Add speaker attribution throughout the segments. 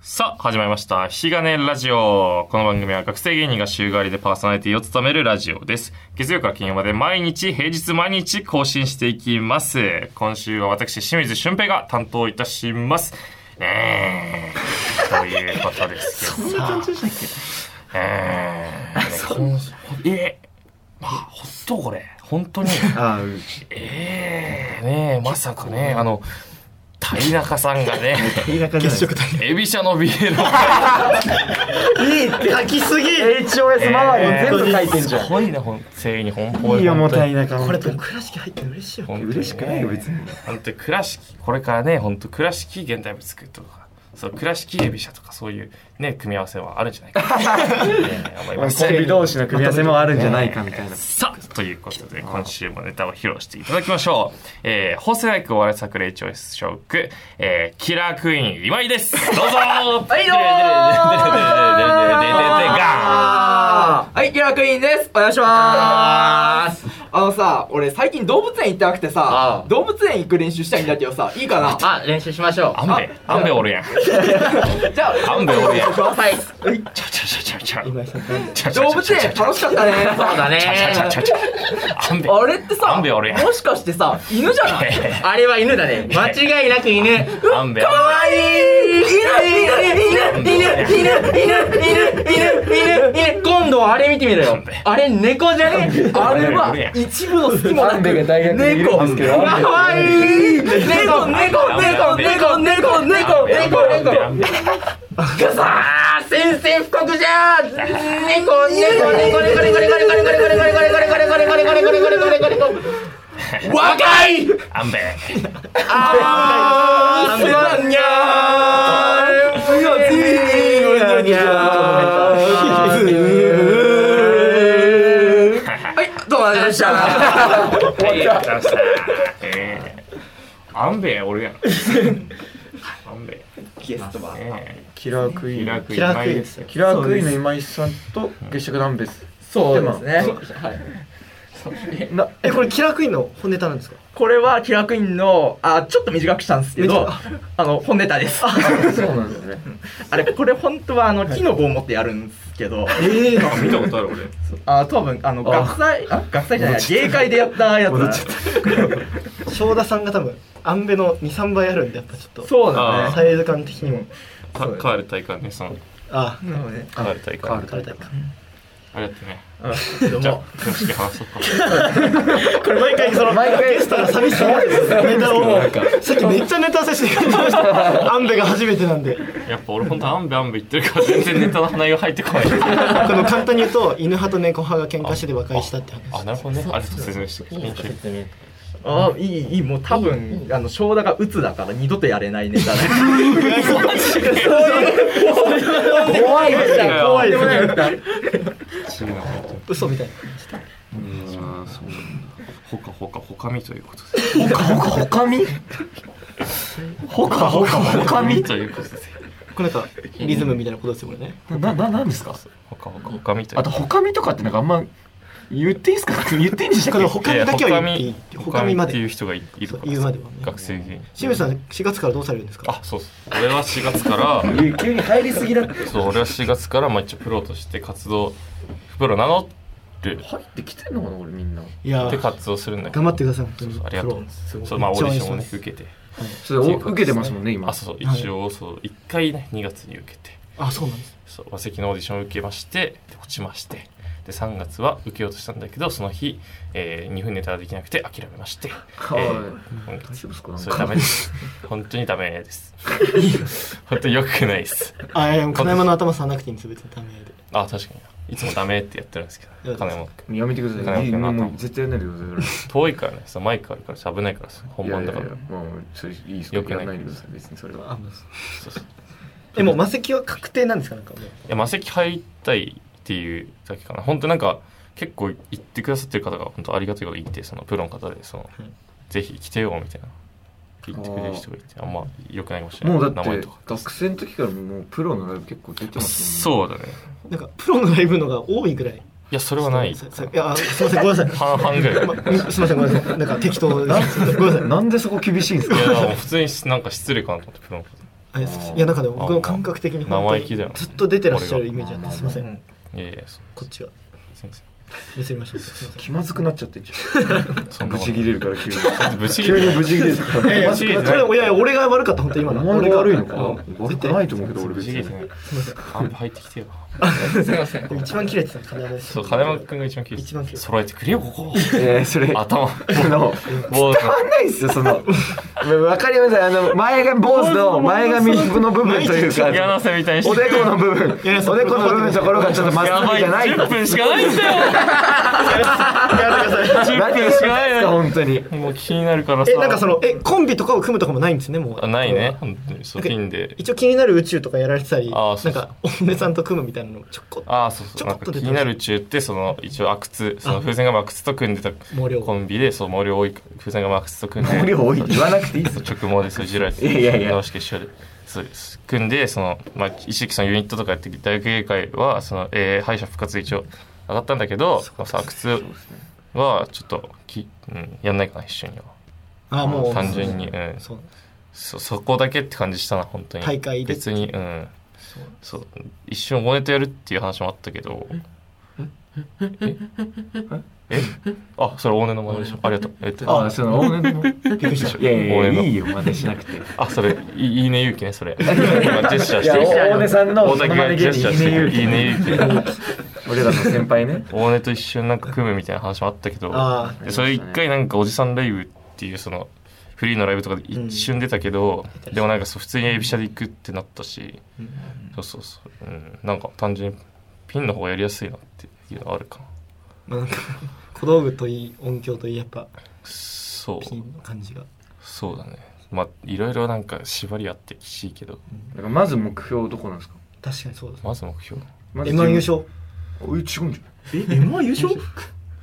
Speaker 1: さあ、始まりました。引き金ラジオ。この番組は学生芸人が週替わりでパーソナリティを務めるラジオです。月曜から金曜まで毎日、平日毎日更新していきます。今週は私、清水俊平が担当いたします。ねえ、ということです けどさ。えー、こんえ、まあ、ほんとこれ。本当に。
Speaker 2: あー
Speaker 1: ええねえ、まさかね、あの、谷中さんがね、
Speaker 2: いい中じゃないですか。
Speaker 1: エビシャのビエロ
Speaker 2: いい書きすぎ
Speaker 3: HOS 周りを全部書いてんじゃん。
Speaker 1: すごいね、ほん、正義に奔放
Speaker 3: いいよ、もう
Speaker 1: 本当
Speaker 3: 体
Speaker 1: に
Speaker 3: 中。
Speaker 2: これでも倉敷入って嬉しいよ。
Speaker 1: 本当にね
Speaker 2: 嬉しくないよ、別に。
Speaker 1: 本当に倉敷、これからね、本当倉敷現代物とか、そう、倉敷エビシャとかそういうね、組み合わせはあるんじゃないかな、ね思いま
Speaker 3: コ
Speaker 1: す
Speaker 3: ンビ同士の組み合わせもあるんじゃないかみたいな。
Speaker 1: さあ、ということで、今週もネタを披露していただきましょう。えー、法政大学お笑い作例調室ショック、えー、キラークイーン今井です。どうぞはい、どう
Speaker 4: あーはい、キラークイーンです。お願いします。あのさ、俺最近動物園行ってなくてさ
Speaker 3: あ、ー
Speaker 4: 動物園行く練習したいんだけどさ、いいかな
Speaker 5: あ、練習しましょ
Speaker 1: アンベ、アンベおるやん。
Speaker 4: じゃあ、
Speaker 1: アンベおるやん。ち
Speaker 5: う。はい。
Speaker 1: ゃちゃちゃちゃちゃ。
Speaker 4: 動物園楽しかったね。
Speaker 5: そうだね。
Speaker 1: アンベ。
Speaker 4: あれっ
Speaker 1: ア
Speaker 4: て
Speaker 1: ン
Speaker 4: さ、
Speaker 1: ベおるやん
Speaker 4: もしかしてさ、犬じゃない
Speaker 5: あれは犬だね。間違いなく犬。
Speaker 1: アンベ。アンベ
Speaker 4: い犬犬犬犬犬犬犬犬
Speaker 5: 犬今度はあれ見てみろよ。あれ猫じゃね
Speaker 4: あれ
Speaker 1: おるや
Speaker 4: は
Speaker 1: ん
Speaker 4: 一部の隙もなく
Speaker 3: が大学にいるんですけど
Speaker 4: 猫かわいい猫猫猫猫猫猫猫猫猫
Speaker 1: アンベ
Speaker 5: ガサー宣戦布告じゃー猫、猫、猫、猫、猫、猫、猫、猫、猫、猫、猫、猫、猫、猫、猫、猫、猫、猫、猫、猫、猫、猫、
Speaker 4: 若い
Speaker 1: アンベ。
Speaker 4: あー、すまんにゃーいやついに俺のにゃーはい、どうもありがとうございました。
Speaker 1: ありがとうございましたえーアンベおるやん。アンベ。
Speaker 4: ゲストは。
Speaker 1: ね
Speaker 3: キラークイ
Speaker 1: え
Speaker 3: ーン。
Speaker 1: キラークイ
Speaker 5: キラー
Speaker 1: ーン
Speaker 5: クイーン
Speaker 1: 今井ですよ。
Speaker 3: キラークイーンの今井さんと月食ダンベス。そうですね。な
Speaker 2: え、これキラークイーンの本ネタなんですか
Speaker 4: これはキラクインの、あ、ちょっと短くしたんですけど、あの、本ネタです。
Speaker 3: そうなんですね。
Speaker 4: あれ、これ本当はあの、木の棒を持ってやるんですけど、
Speaker 2: ええ。
Speaker 1: 見たことある俺。
Speaker 4: あ、多分、あの、学祭、あ、学祭じゃない、芸会でやったやつだ。
Speaker 2: 正田さんが多分、アンベの2、3倍あるんで、やっぱちょっと。
Speaker 4: そう
Speaker 1: あ
Speaker 4: だ
Speaker 2: サイズ感的にも。
Speaker 1: カール体感ね、その。
Speaker 2: あ、
Speaker 4: ね。なので、
Speaker 1: カール体感。
Speaker 2: 枯れたいか。
Speaker 1: あれだってね。
Speaker 4: うんどう
Speaker 1: じゃ
Speaker 4: も。
Speaker 1: あ、公式話そうか。
Speaker 2: これ毎回その、ゲストが寂しいネタを、さっきめっちゃネタ合わせしてくれてました。アンベが初めてなんで。
Speaker 1: やっぱ俺ほんとアンベアンベ言ってるから全然ネタの内容入ってこ ない。
Speaker 2: でも簡単に言うと、犬派と猫派が喧嘩してて和解したって話。
Speaker 1: あ、なるほどね。ありがとう説明してくれて。
Speaker 4: あいいいいもう多分あの正田が鬱だから二度とやれないネタだ
Speaker 5: 怖いでしょ。
Speaker 2: 怖い
Speaker 4: で
Speaker 2: です
Speaker 4: も
Speaker 2: ね。
Speaker 4: なんか
Speaker 1: 違うな本当に
Speaker 2: 嘘みたいな。
Speaker 1: うん、そうなんだ。ほかほかほかみということ
Speaker 2: ほかほか
Speaker 1: で。ほかみということで。
Speaker 2: これなんかリズムみたいなことですよね。
Speaker 6: な、な、なんですか
Speaker 1: ほかほかほかみという
Speaker 6: あと、。ほかみとかってなんかあんま、言っていいんすか言っていいんでし
Speaker 2: こ
Speaker 6: たっ
Speaker 2: れ
Speaker 6: け
Speaker 2: 他にだけは言っていい。
Speaker 1: ほ
Speaker 2: 他
Speaker 1: かみ
Speaker 2: にま
Speaker 1: ってい
Speaker 2: で。
Speaker 1: う人がいいるから。
Speaker 2: 言うまではね
Speaker 1: 学生芸人。
Speaker 2: 清水さん4月からどうされるんですか。
Speaker 1: あ、そうそう。俺は4月から、
Speaker 6: え急に入りすぎだって。
Speaker 1: そう、俺は4月から、まあ一応プロとして活動、プロ名乗る
Speaker 6: 入ってきてんのかな俺みんな。
Speaker 2: いや
Speaker 1: って
Speaker 2: ー
Speaker 1: 活動するんだけど
Speaker 2: 頑張ってください本当に。
Speaker 1: そうありがとうございます
Speaker 2: ごい
Speaker 1: そう、まあオーディションを
Speaker 2: め
Speaker 1: ね
Speaker 2: っ、ちゃ
Speaker 1: 受
Speaker 2: 応援して
Speaker 1: けて。
Speaker 6: それ、お受けてますもんね、今。
Speaker 1: あ、そうそう。一応、そう、1回ね、2月に受けて。
Speaker 2: ます。あ、そうなんです。
Speaker 1: そう和席のオーディションを受けましてで落ちましてで3月は受けようとしたんだけどその日、えー、2分ネタができなくて諦めまして、え
Speaker 6: はい
Speaker 1: ー本当
Speaker 6: 大
Speaker 1: に
Speaker 6: 丈夫っすか
Speaker 1: それダメです本当にダメです 本当に良くないです
Speaker 2: あ、いや金山の頭さなくていいんですよ別にダメで。
Speaker 1: あ確かにいつもダメってやってるんですけど金も
Speaker 6: やめてください。いいもうもう絶対やんないでくださ
Speaker 1: 遠いからねそのマイクあるから危ないからさ
Speaker 6: い。
Speaker 1: 本番だから
Speaker 6: いやいやいやまあ、それいいっす
Speaker 1: よくない
Speaker 6: やんないでください、別にそれは。
Speaker 1: そうそう
Speaker 2: え、もう魔石は確定なんですかなんかもう。
Speaker 1: いや魔石入りたいっていうだけかな本当なんか結構言ってくださってる方が本当ありがたいこと言ってそのプロの方でその、ぜひ来てよみたいな言ってくれる人がいてあんま良くないかもしれない
Speaker 6: もうだっ
Speaker 1: 名前
Speaker 6: て
Speaker 1: とか、
Speaker 6: 学生の時からもうプロのライブ結構出てますもんね。
Speaker 1: そうだね
Speaker 2: なんかプロのライブのが多いぐらい。
Speaker 1: いやそれはない
Speaker 2: ささいや、あすみませんごめんなさい。
Speaker 1: 半々ぐらい
Speaker 2: まますみませんごめんなさい。なんか適当です。ごめんなさい。
Speaker 6: なんでそこ厳しいんすか
Speaker 1: いやでも普通になんか失礼かなと思ってプロの方
Speaker 2: あれですいやなんかでも僕の感覚的に
Speaker 1: あまあ
Speaker 2: 本当に
Speaker 1: 生意気だよね
Speaker 2: ずっと出てらっしゃるイメージあってすいませ
Speaker 4: うん
Speaker 2: ん
Speaker 1: いやいやそ
Speaker 2: こっちが
Speaker 1: すいません
Speaker 2: 見せましょうすいません
Speaker 3: 気まずくなっちゃってんじ
Speaker 1: そ
Speaker 3: ゃん
Speaker 1: んな
Speaker 3: ブ
Speaker 1: こ
Speaker 3: チ
Speaker 1: と
Speaker 3: ギレるから急に
Speaker 1: ぶち切
Speaker 3: 急
Speaker 1: れ
Speaker 3: にブチギレるか
Speaker 2: いやい
Speaker 3: ら
Speaker 2: やそれはいやいや俺が悪かった本当に今
Speaker 3: お
Speaker 2: の
Speaker 3: 前
Speaker 2: 俺
Speaker 3: が
Speaker 2: が
Speaker 3: 悪いのか
Speaker 2: うん
Speaker 3: 悪くないと思うけど俺別に
Speaker 1: すみません。カンペ入ってきてよ。
Speaker 4: すいません。
Speaker 2: 一番切れてたの金山です
Speaker 1: そう、金山くんが一番切れ
Speaker 2: 一番切れてた
Speaker 1: 揃えてくれよ、ここ。
Speaker 3: えーそれ
Speaker 1: 頭。
Speaker 3: あの、
Speaker 1: 坊主
Speaker 3: 伝わんないっすよ、その。わかりません。あの、前髪、坊主の前髪の部分というか、
Speaker 1: 柳瀬みたいにして
Speaker 3: お
Speaker 1: く
Speaker 3: で
Speaker 1: れ
Speaker 3: この
Speaker 1: よ。
Speaker 3: 部分、おでこの部分のところがちょっとまっ
Speaker 1: や
Speaker 3: すぐ
Speaker 1: ばい、
Speaker 3: じゃない。
Speaker 1: 10分しかないんだよ。10
Speaker 3: 何
Speaker 1: 分
Speaker 3: 言
Speaker 1: し
Speaker 3: し
Speaker 1: か
Speaker 3: か
Speaker 1: な
Speaker 3: ないい
Speaker 1: の
Speaker 3: ですか、本当に。
Speaker 1: もう気になるからさ。
Speaker 2: えなんかそのえコンビとかを組むとかもないんですねも
Speaker 1: あ
Speaker 2: う
Speaker 1: ないね。本当にそう、ピンで。
Speaker 2: 一応気になる宇宙とかやられてたり
Speaker 1: あ
Speaker 2: な
Speaker 1: ーそうんそう
Speaker 2: かお姉さんと組むみたいなのちょこっと
Speaker 1: ああ、そうそ
Speaker 2: ち
Speaker 1: う。
Speaker 2: ょ
Speaker 1: な
Speaker 2: こ
Speaker 1: ん
Speaker 2: っ
Speaker 1: か
Speaker 2: と
Speaker 1: 気
Speaker 2: 出てました
Speaker 1: になる中って、その、一応、阿久津、その風船ガム阿久津と組んでた
Speaker 2: 毛量
Speaker 1: コンビで、そう、毛量多い風船ガム阿久津と組んで。
Speaker 3: 無料多いって言わなくていいっすよ。
Speaker 1: 直毛でそういじられて
Speaker 3: いやいやいや
Speaker 1: 直し決勝でそうです組んでその、まあ、石木さんユニットとかやってきて大学芸会はその、えー敗者復活で一応上がったんだけどまあサークスはちょっとき、うん、やんないかな一緒には
Speaker 2: あーもう
Speaker 1: 単純に、うん、
Speaker 2: そう
Speaker 1: そそこだけって感じしたな本当に
Speaker 2: 大会で
Speaker 1: 別にうんそう一瞬ごネタやるっていう話もあったけどええあそれ大根の前でしょありがとうえっと
Speaker 3: あ、その、往年の。いやいやいや、いいよ、真似しなくて。
Speaker 1: あ、それ、いいい いね勇気ね、それ。今ジェスチャーしてる。
Speaker 3: いや大根さんの
Speaker 1: 大竹がジェスチャーしてる。い
Speaker 3: い
Speaker 1: い
Speaker 3: い
Speaker 1: ね
Speaker 3: ね
Speaker 1: 勇気。
Speaker 3: 俺らの先輩ね。
Speaker 1: 大根と一緒になんか組むみたいな話もあったけど、
Speaker 2: あ
Speaker 1: でそれ一回なんかおじさんライブっていうその、フリーのライブとかで一瞬出たけど、でもなんかそう普通にエビシャで行くってなったし、そうそうそう、うん、なんか単純にピンの方がやりやすいなっていうのはあるかな。
Speaker 2: まあなんか 小道具といい音響といいやっぱ
Speaker 1: そう、
Speaker 2: ピンの感じが
Speaker 1: そうだね。まあいろいろなんか縛りあってきしいけど、
Speaker 3: だからまず目標どこなんですか
Speaker 2: 確かにそうです
Speaker 1: まず目標。
Speaker 3: まず
Speaker 2: M1 優勝
Speaker 3: おい違うんじゃん。
Speaker 2: え M1 優勝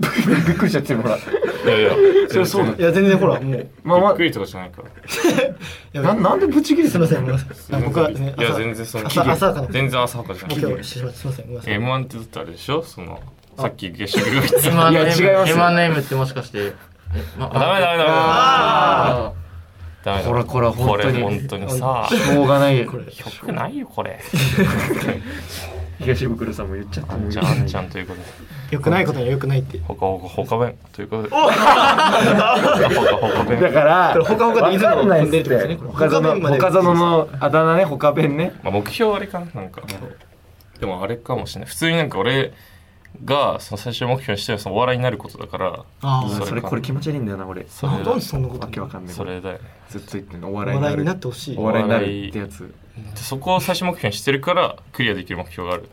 Speaker 3: びっくりしちゃってる、ほら。
Speaker 1: いやいや、
Speaker 3: それそうだ。
Speaker 2: いや全然ほらもう
Speaker 3: まあ
Speaker 1: び
Speaker 3: ま
Speaker 1: っくりとかじゃないから。
Speaker 2: や
Speaker 3: あ、
Speaker 2: べ
Speaker 3: ななんでブチギレ
Speaker 2: す
Speaker 3: て
Speaker 2: み
Speaker 3: る
Speaker 2: ません、ごめんなさい。僕はね、
Speaker 1: いや
Speaker 2: 朝
Speaker 1: 全然その
Speaker 2: 朝朝かの。
Speaker 1: 全然浅はかじゃ
Speaker 2: もう
Speaker 1: ない
Speaker 2: 今日、すみません、ごめんなさい。
Speaker 1: M1 ってずっとあれでしょそのさっき月食が言ってた
Speaker 5: M&M
Speaker 3: いや違いますよ
Speaker 5: M&M ってもしかしてえま
Speaker 1: あダメダメダメ
Speaker 5: あ
Speaker 1: ダメだ
Speaker 3: こらこら
Speaker 1: こ
Speaker 3: 本当
Speaker 1: れ
Speaker 3: に
Speaker 1: 本当にさ
Speaker 3: しょうがないよ
Speaker 2: これ、
Speaker 1: よくないよこれ
Speaker 3: 東袋さんも言っちゃった
Speaker 1: じゃああんちゃんということで
Speaker 2: 良くないことには良くないって。
Speaker 1: ほかほかほか弁ということでほかほか弁
Speaker 3: だから
Speaker 2: これ他々でいつも
Speaker 3: わかんないっすって
Speaker 2: 飛んでるってことですね
Speaker 3: 他園
Speaker 2: 他園まで
Speaker 3: 他園のあだ名ね他弁ね
Speaker 1: まあ目標はあれかななんかでもあれかもしれない普通になんか俺がその最終目標にしてるそのお笑いになることだから
Speaker 2: あ
Speaker 1: ー
Speaker 3: それこれ気持ち悪いんだよな俺
Speaker 1: そ
Speaker 2: あ、
Speaker 1: れ
Speaker 2: ど
Speaker 1: だ
Speaker 2: うしてそんなこ
Speaker 3: わけ
Speaker 2: と
Speaker 3: わかんない
Speaker 1: それだよね
Speaker 3: ずっと言ってんのお笑い
Speaker 2: 話
Speaker 3: にな
Speaker 2: 題になっ
Speaker 3: る
Speaker 2: てほしい
Speaker 3: お。笑いになるってやつ
Speaker 1: でそこを最終目標にしてるからクリアできる目標があるっ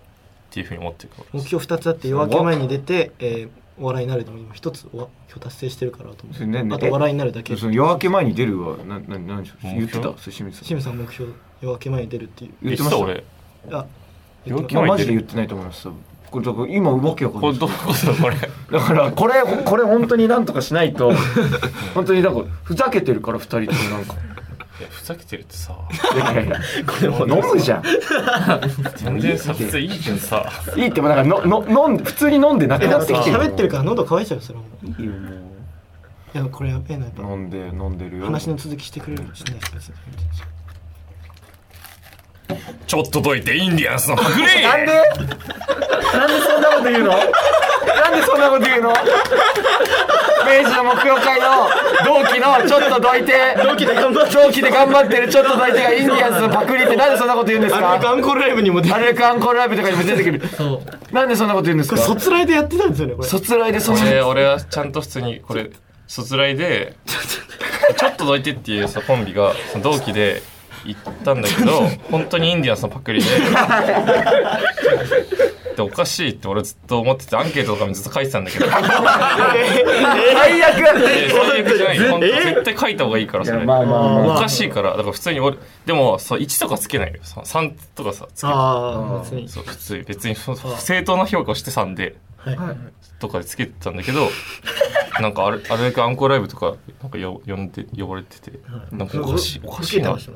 Speaker 1: ていうふうに思ってるから
Speaker 2: 目標2つあって、夜明け前に出て、えーお笑いになるでも今1つお今日達成してるからと思
Speaker 3: それね
Speaker 2: う。
Speaker 3: ね
Speaker 2: あと、お笑いになるだけ。
Speaker 3: そ
Speaker 2: 清
Speaker 3: の夜明け前に出るはなななんでしょう
Speaker 1: 目
Speaker 3: 言って
Speaker 1: 標
Speaker 3: た寿司みさん
Speaker 2: 水さん目標、夜明け前に出るっていう。
Speaker 3: 言って
Speaker 1: 言
Speaker 3: ま
Speaker 1: ってた
Speaker 3: した
Speaker 1: 俺
Speaker 2: あ、
Speaker 1: 陽気
Speaker 3: いやマジで言ってないと思います多分これだから今わけわかんな
Speaker 1: こ
Speaker 3: い
Speaker 1: れどういうことこれ
Speaker 3: だからこれこれ本当になんとかしないと 本当になんかふざけてるから二人ともなんか
Speaker 1: いやふざけてるってさ
Speaker 3: いやいやいや飲むじゃん
Speaker 1: 全然さ別にいいけどさ
Speaker 3: いいってもうなんかのの飲んで普通に飲んでなく
Speaker 2: え、
Speaker 3: な
Speaker 2: だっ
Speaker 3: って
Speaker 2: て
Speaker 3: きて
Speaker 2: 喋ってるから喉乾いちゃうよ、それはもう。
Speaker 3: い
Speaker 2: い
Speaker 3: いよも
Speaker 2: や、これやべえな、やっ
Speaker 3: う
Speaker 2: ぱ。
Speaker 3: 飲んで飲んでるよ
Speaker 2: 話の続きしてくれるかもしれないです
Speaker 1: ちょっとどいてインディアンスのパクリ
Speaker 3: なんでなんでそんなこと言うのなんでそんなこと言うの明治の目標会の同期のちょっとどいて同期で頑張ってるちょっとどいてがインディアンスのパクリってなんでそんなこと言うんです
Speaker 2: アメリカ
Speaker 3: か
Speaker 2: アンコールライブにも出て
Speaker 3: あれかアンコールライブとかにも出てくるなんでそんなこと言うんです
Speaker 2: こ
Speaker 3: か
Speaker 2: れ、卒ライでやってたんですよね、これ。
Speaker 3: そつらいでそんな
Speaker 1: 俺俺はちゃんと普通にこれ卒来でちょっとどいてっていうさコンビがその同期で行ったんだけど本当にインディアンスのパクリででおかしいって俺ずっと思っててアンケートとかにずっと書いてたんだけどいや
Speaker 3: 最悪
Speaker 1: 最悪じゃないよ本当絶対書いた方がいいからそれ、
Speaker 3: まあまあま
Speaker 1: おかしいからだから普通に俺でもそう1とかつけないよさ3とかさつけて
Speaker 2: ああ、別に。
Speaker 1: そう普通に別にその正当な評価をしてたんで
Speaker 2: はい。
Speaker 1: とかでつけてたんだけど なんかあれあれだけアンコールライブとかなんかよ呼んで呼ばれててなんかおかしいおかしいな
Speaker 2: 受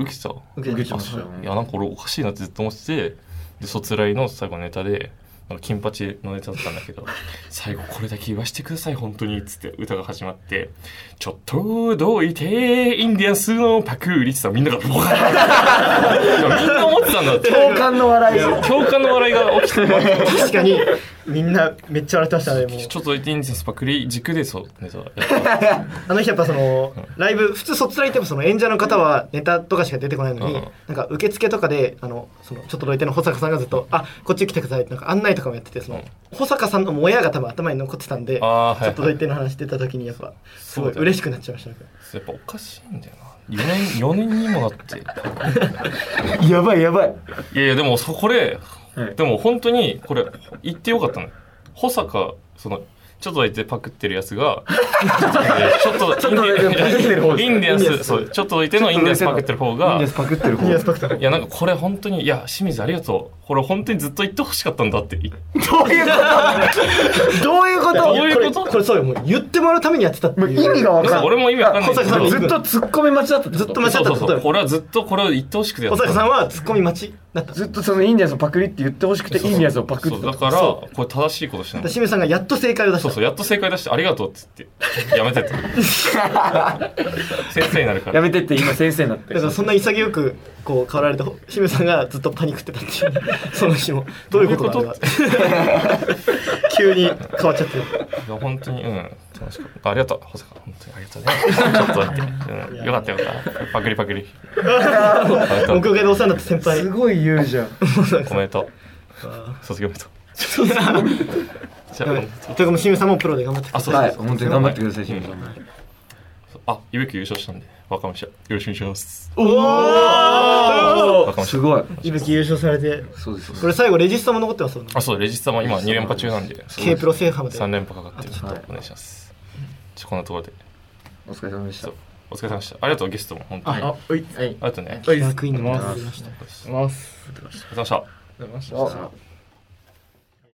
Speaker 1: 受
Speaker 2: けてま
Speaker 1: け
Speaker 2: し
Speaker 1: てた
Speaker 2: 受けてま
Speaker 1: あ
Speaker 2: し
Speaker 1: そ
Speaker 2: た
Speaker 1: ういやなんか俺おかしいなってずっと思っててで卒来の最後のネタであの金八のネタだったんだけど 最後これだけ言わしてください本当にっつって歌が始まってちょっとどいてインディアンスのパクリっつったらみんながボカーンいやみんな思ってた んだって
Speaker 3: 共感の笑いを
Speaker 1: 共感の笑いが起きて
Speaker 2: 確かにみんなめっちゃ笑ってましたねもう
Speaker 1: ちょっとインディアンスパクリ軸でそうネタやった
Speaker 2: あの日やっぱそのライブ普通そっちら行ってもその演者の方はネタとかしか出てこないのに、
Speaker 1: うん
Speaker 2: なんか受付とかであのそのちょっとどいての保坂さんがずっと「あこっち来てください」なんか案内とかもやっててその、保坂さんのもやが多分頭に残ってたんで、
Speaker 1: あーはいはい
Speaker 2: ちょっとどいての話出た時にやっぱす
Speaker 1: そう
Speaker 2: ご
Speaker 1: だ
Speaker 2: い
Speaker 1: よ
Speaker 2: 嬉しくなっちゃいました、
Speaker 1: やっぱおかしいんだよな4年四年にもなって
Speaker 3: やばいやばい
Speaker 1: いやいやでもそこれ、でも本当にこれ言ってよかったのよ保坂そのちょっとだけパクってるやつがちょっとインディインディアンスそうちょっとだけのインディアンスパクってる方が
Speaker 6: いいですパクってる方
Speaker 2: いやスパクタル
Speaker 1: いやなんかこれ本当にいや清水ありがとうこれ本当にずっと言ってほしかったんだって
Speaker 3: どういうことどういうこと
Speaker 1: どういうこと
Speaker 2: これこれそうよもう言ってもらうためにやってたって
Speaker 6: もう
Speaker 2: いう
Speaker 6: 意味がわかん
Speaker 1: 俺も意味わかんないんだけ
Speaker 2: 保坂
Speaker 1: ど
Speaker 2: さ
Speaker 6: ず
Speaker 2: ん
Speaker 6: っと突っ込み待ちだった
Speaker 2: ずっと間違っ
Speaker 1: そ
Speaker 2: たっ
Speaker 1: うそ
Speaker 2: て
Speaker 1: う
Speaker 2: こと
Speaker 1: そう
Speaker 2: よ
Speaker 1: 俺はずっとこれを言ってほしくてや
Speaker 2: 保
Speaker 1: った
Speaker 2: 坂さんはツッコミ待ちだった
Speaker 6: ずっとそのいいんですよパクリって言ってほしくていいんですよパクリ
Speaker 1: そうだからこれ正しいことしてない
Speaker 2: 清水さんがやっと正解を出した
Speaker 1: そうそうやっと正解出してありがとうって言ってやめてって先生になるから
Speaker 6: やめてって今先生になって
Speaker 2: だからそんな潔くこう変わられて清水さんがずっとパニックってたっていう その日もどういうことなんだ 急に変わっちゃって
Speaker 1: いや本当にうん楽しかったありがとう保坂本当にありがとうねちょっとだけ、うん、よかったよかったパクリパクリ
Speaker 2: るおかげでお世話になった先輩
Speaker 6: すごい言うじゃん
Speaker 1: おめでとう卒業おめでとうじゃ
Speaker 2: ダメというかもう清水さんもプロで頑張ってくだ
Speaker 1: あ
Speaker 2: さ
Speaker 1: そう
Speaker 6: はい
Speaker 1: です
Speaker 6: 本当に頑張ってください清水さん
Speaker 1: あいぶき優勝したんで若武者よろしくお願いします
Speaker 2: お
Speaker 1: 若武
Speaker 6: す
Speaker 1: 者
Speaker 6: ごい
Speaker 2: いぶき優勝されて
Speaker 6: そうです
Speaker 2: これ最後レジスタも残ってますもんね
Speaker 1: あそうレジスタも今2連覇中なんで
Speaker 2: K プロ制覇まで
Speaker 1: 3連覇かかってる
Speaker 2: あ
Speaker 1: ちょっとお願いしますちょこんなところで
Speaker 6: お疲れ様でし
Speaker 1: ちょ
Speaker 6: た
Speaker 1: っとお疲れ様でしたありがとうゲストも本当にあ
Speaker 5: あ、おい、はい。
Speaker 1: りがとうね
Speaker 5: おい、
Speaker 2: 役員の方がいました
Speaker 1: お疲れ
Speaker 5: ます。
Speaker 1: 様でした
Speaker 6: あ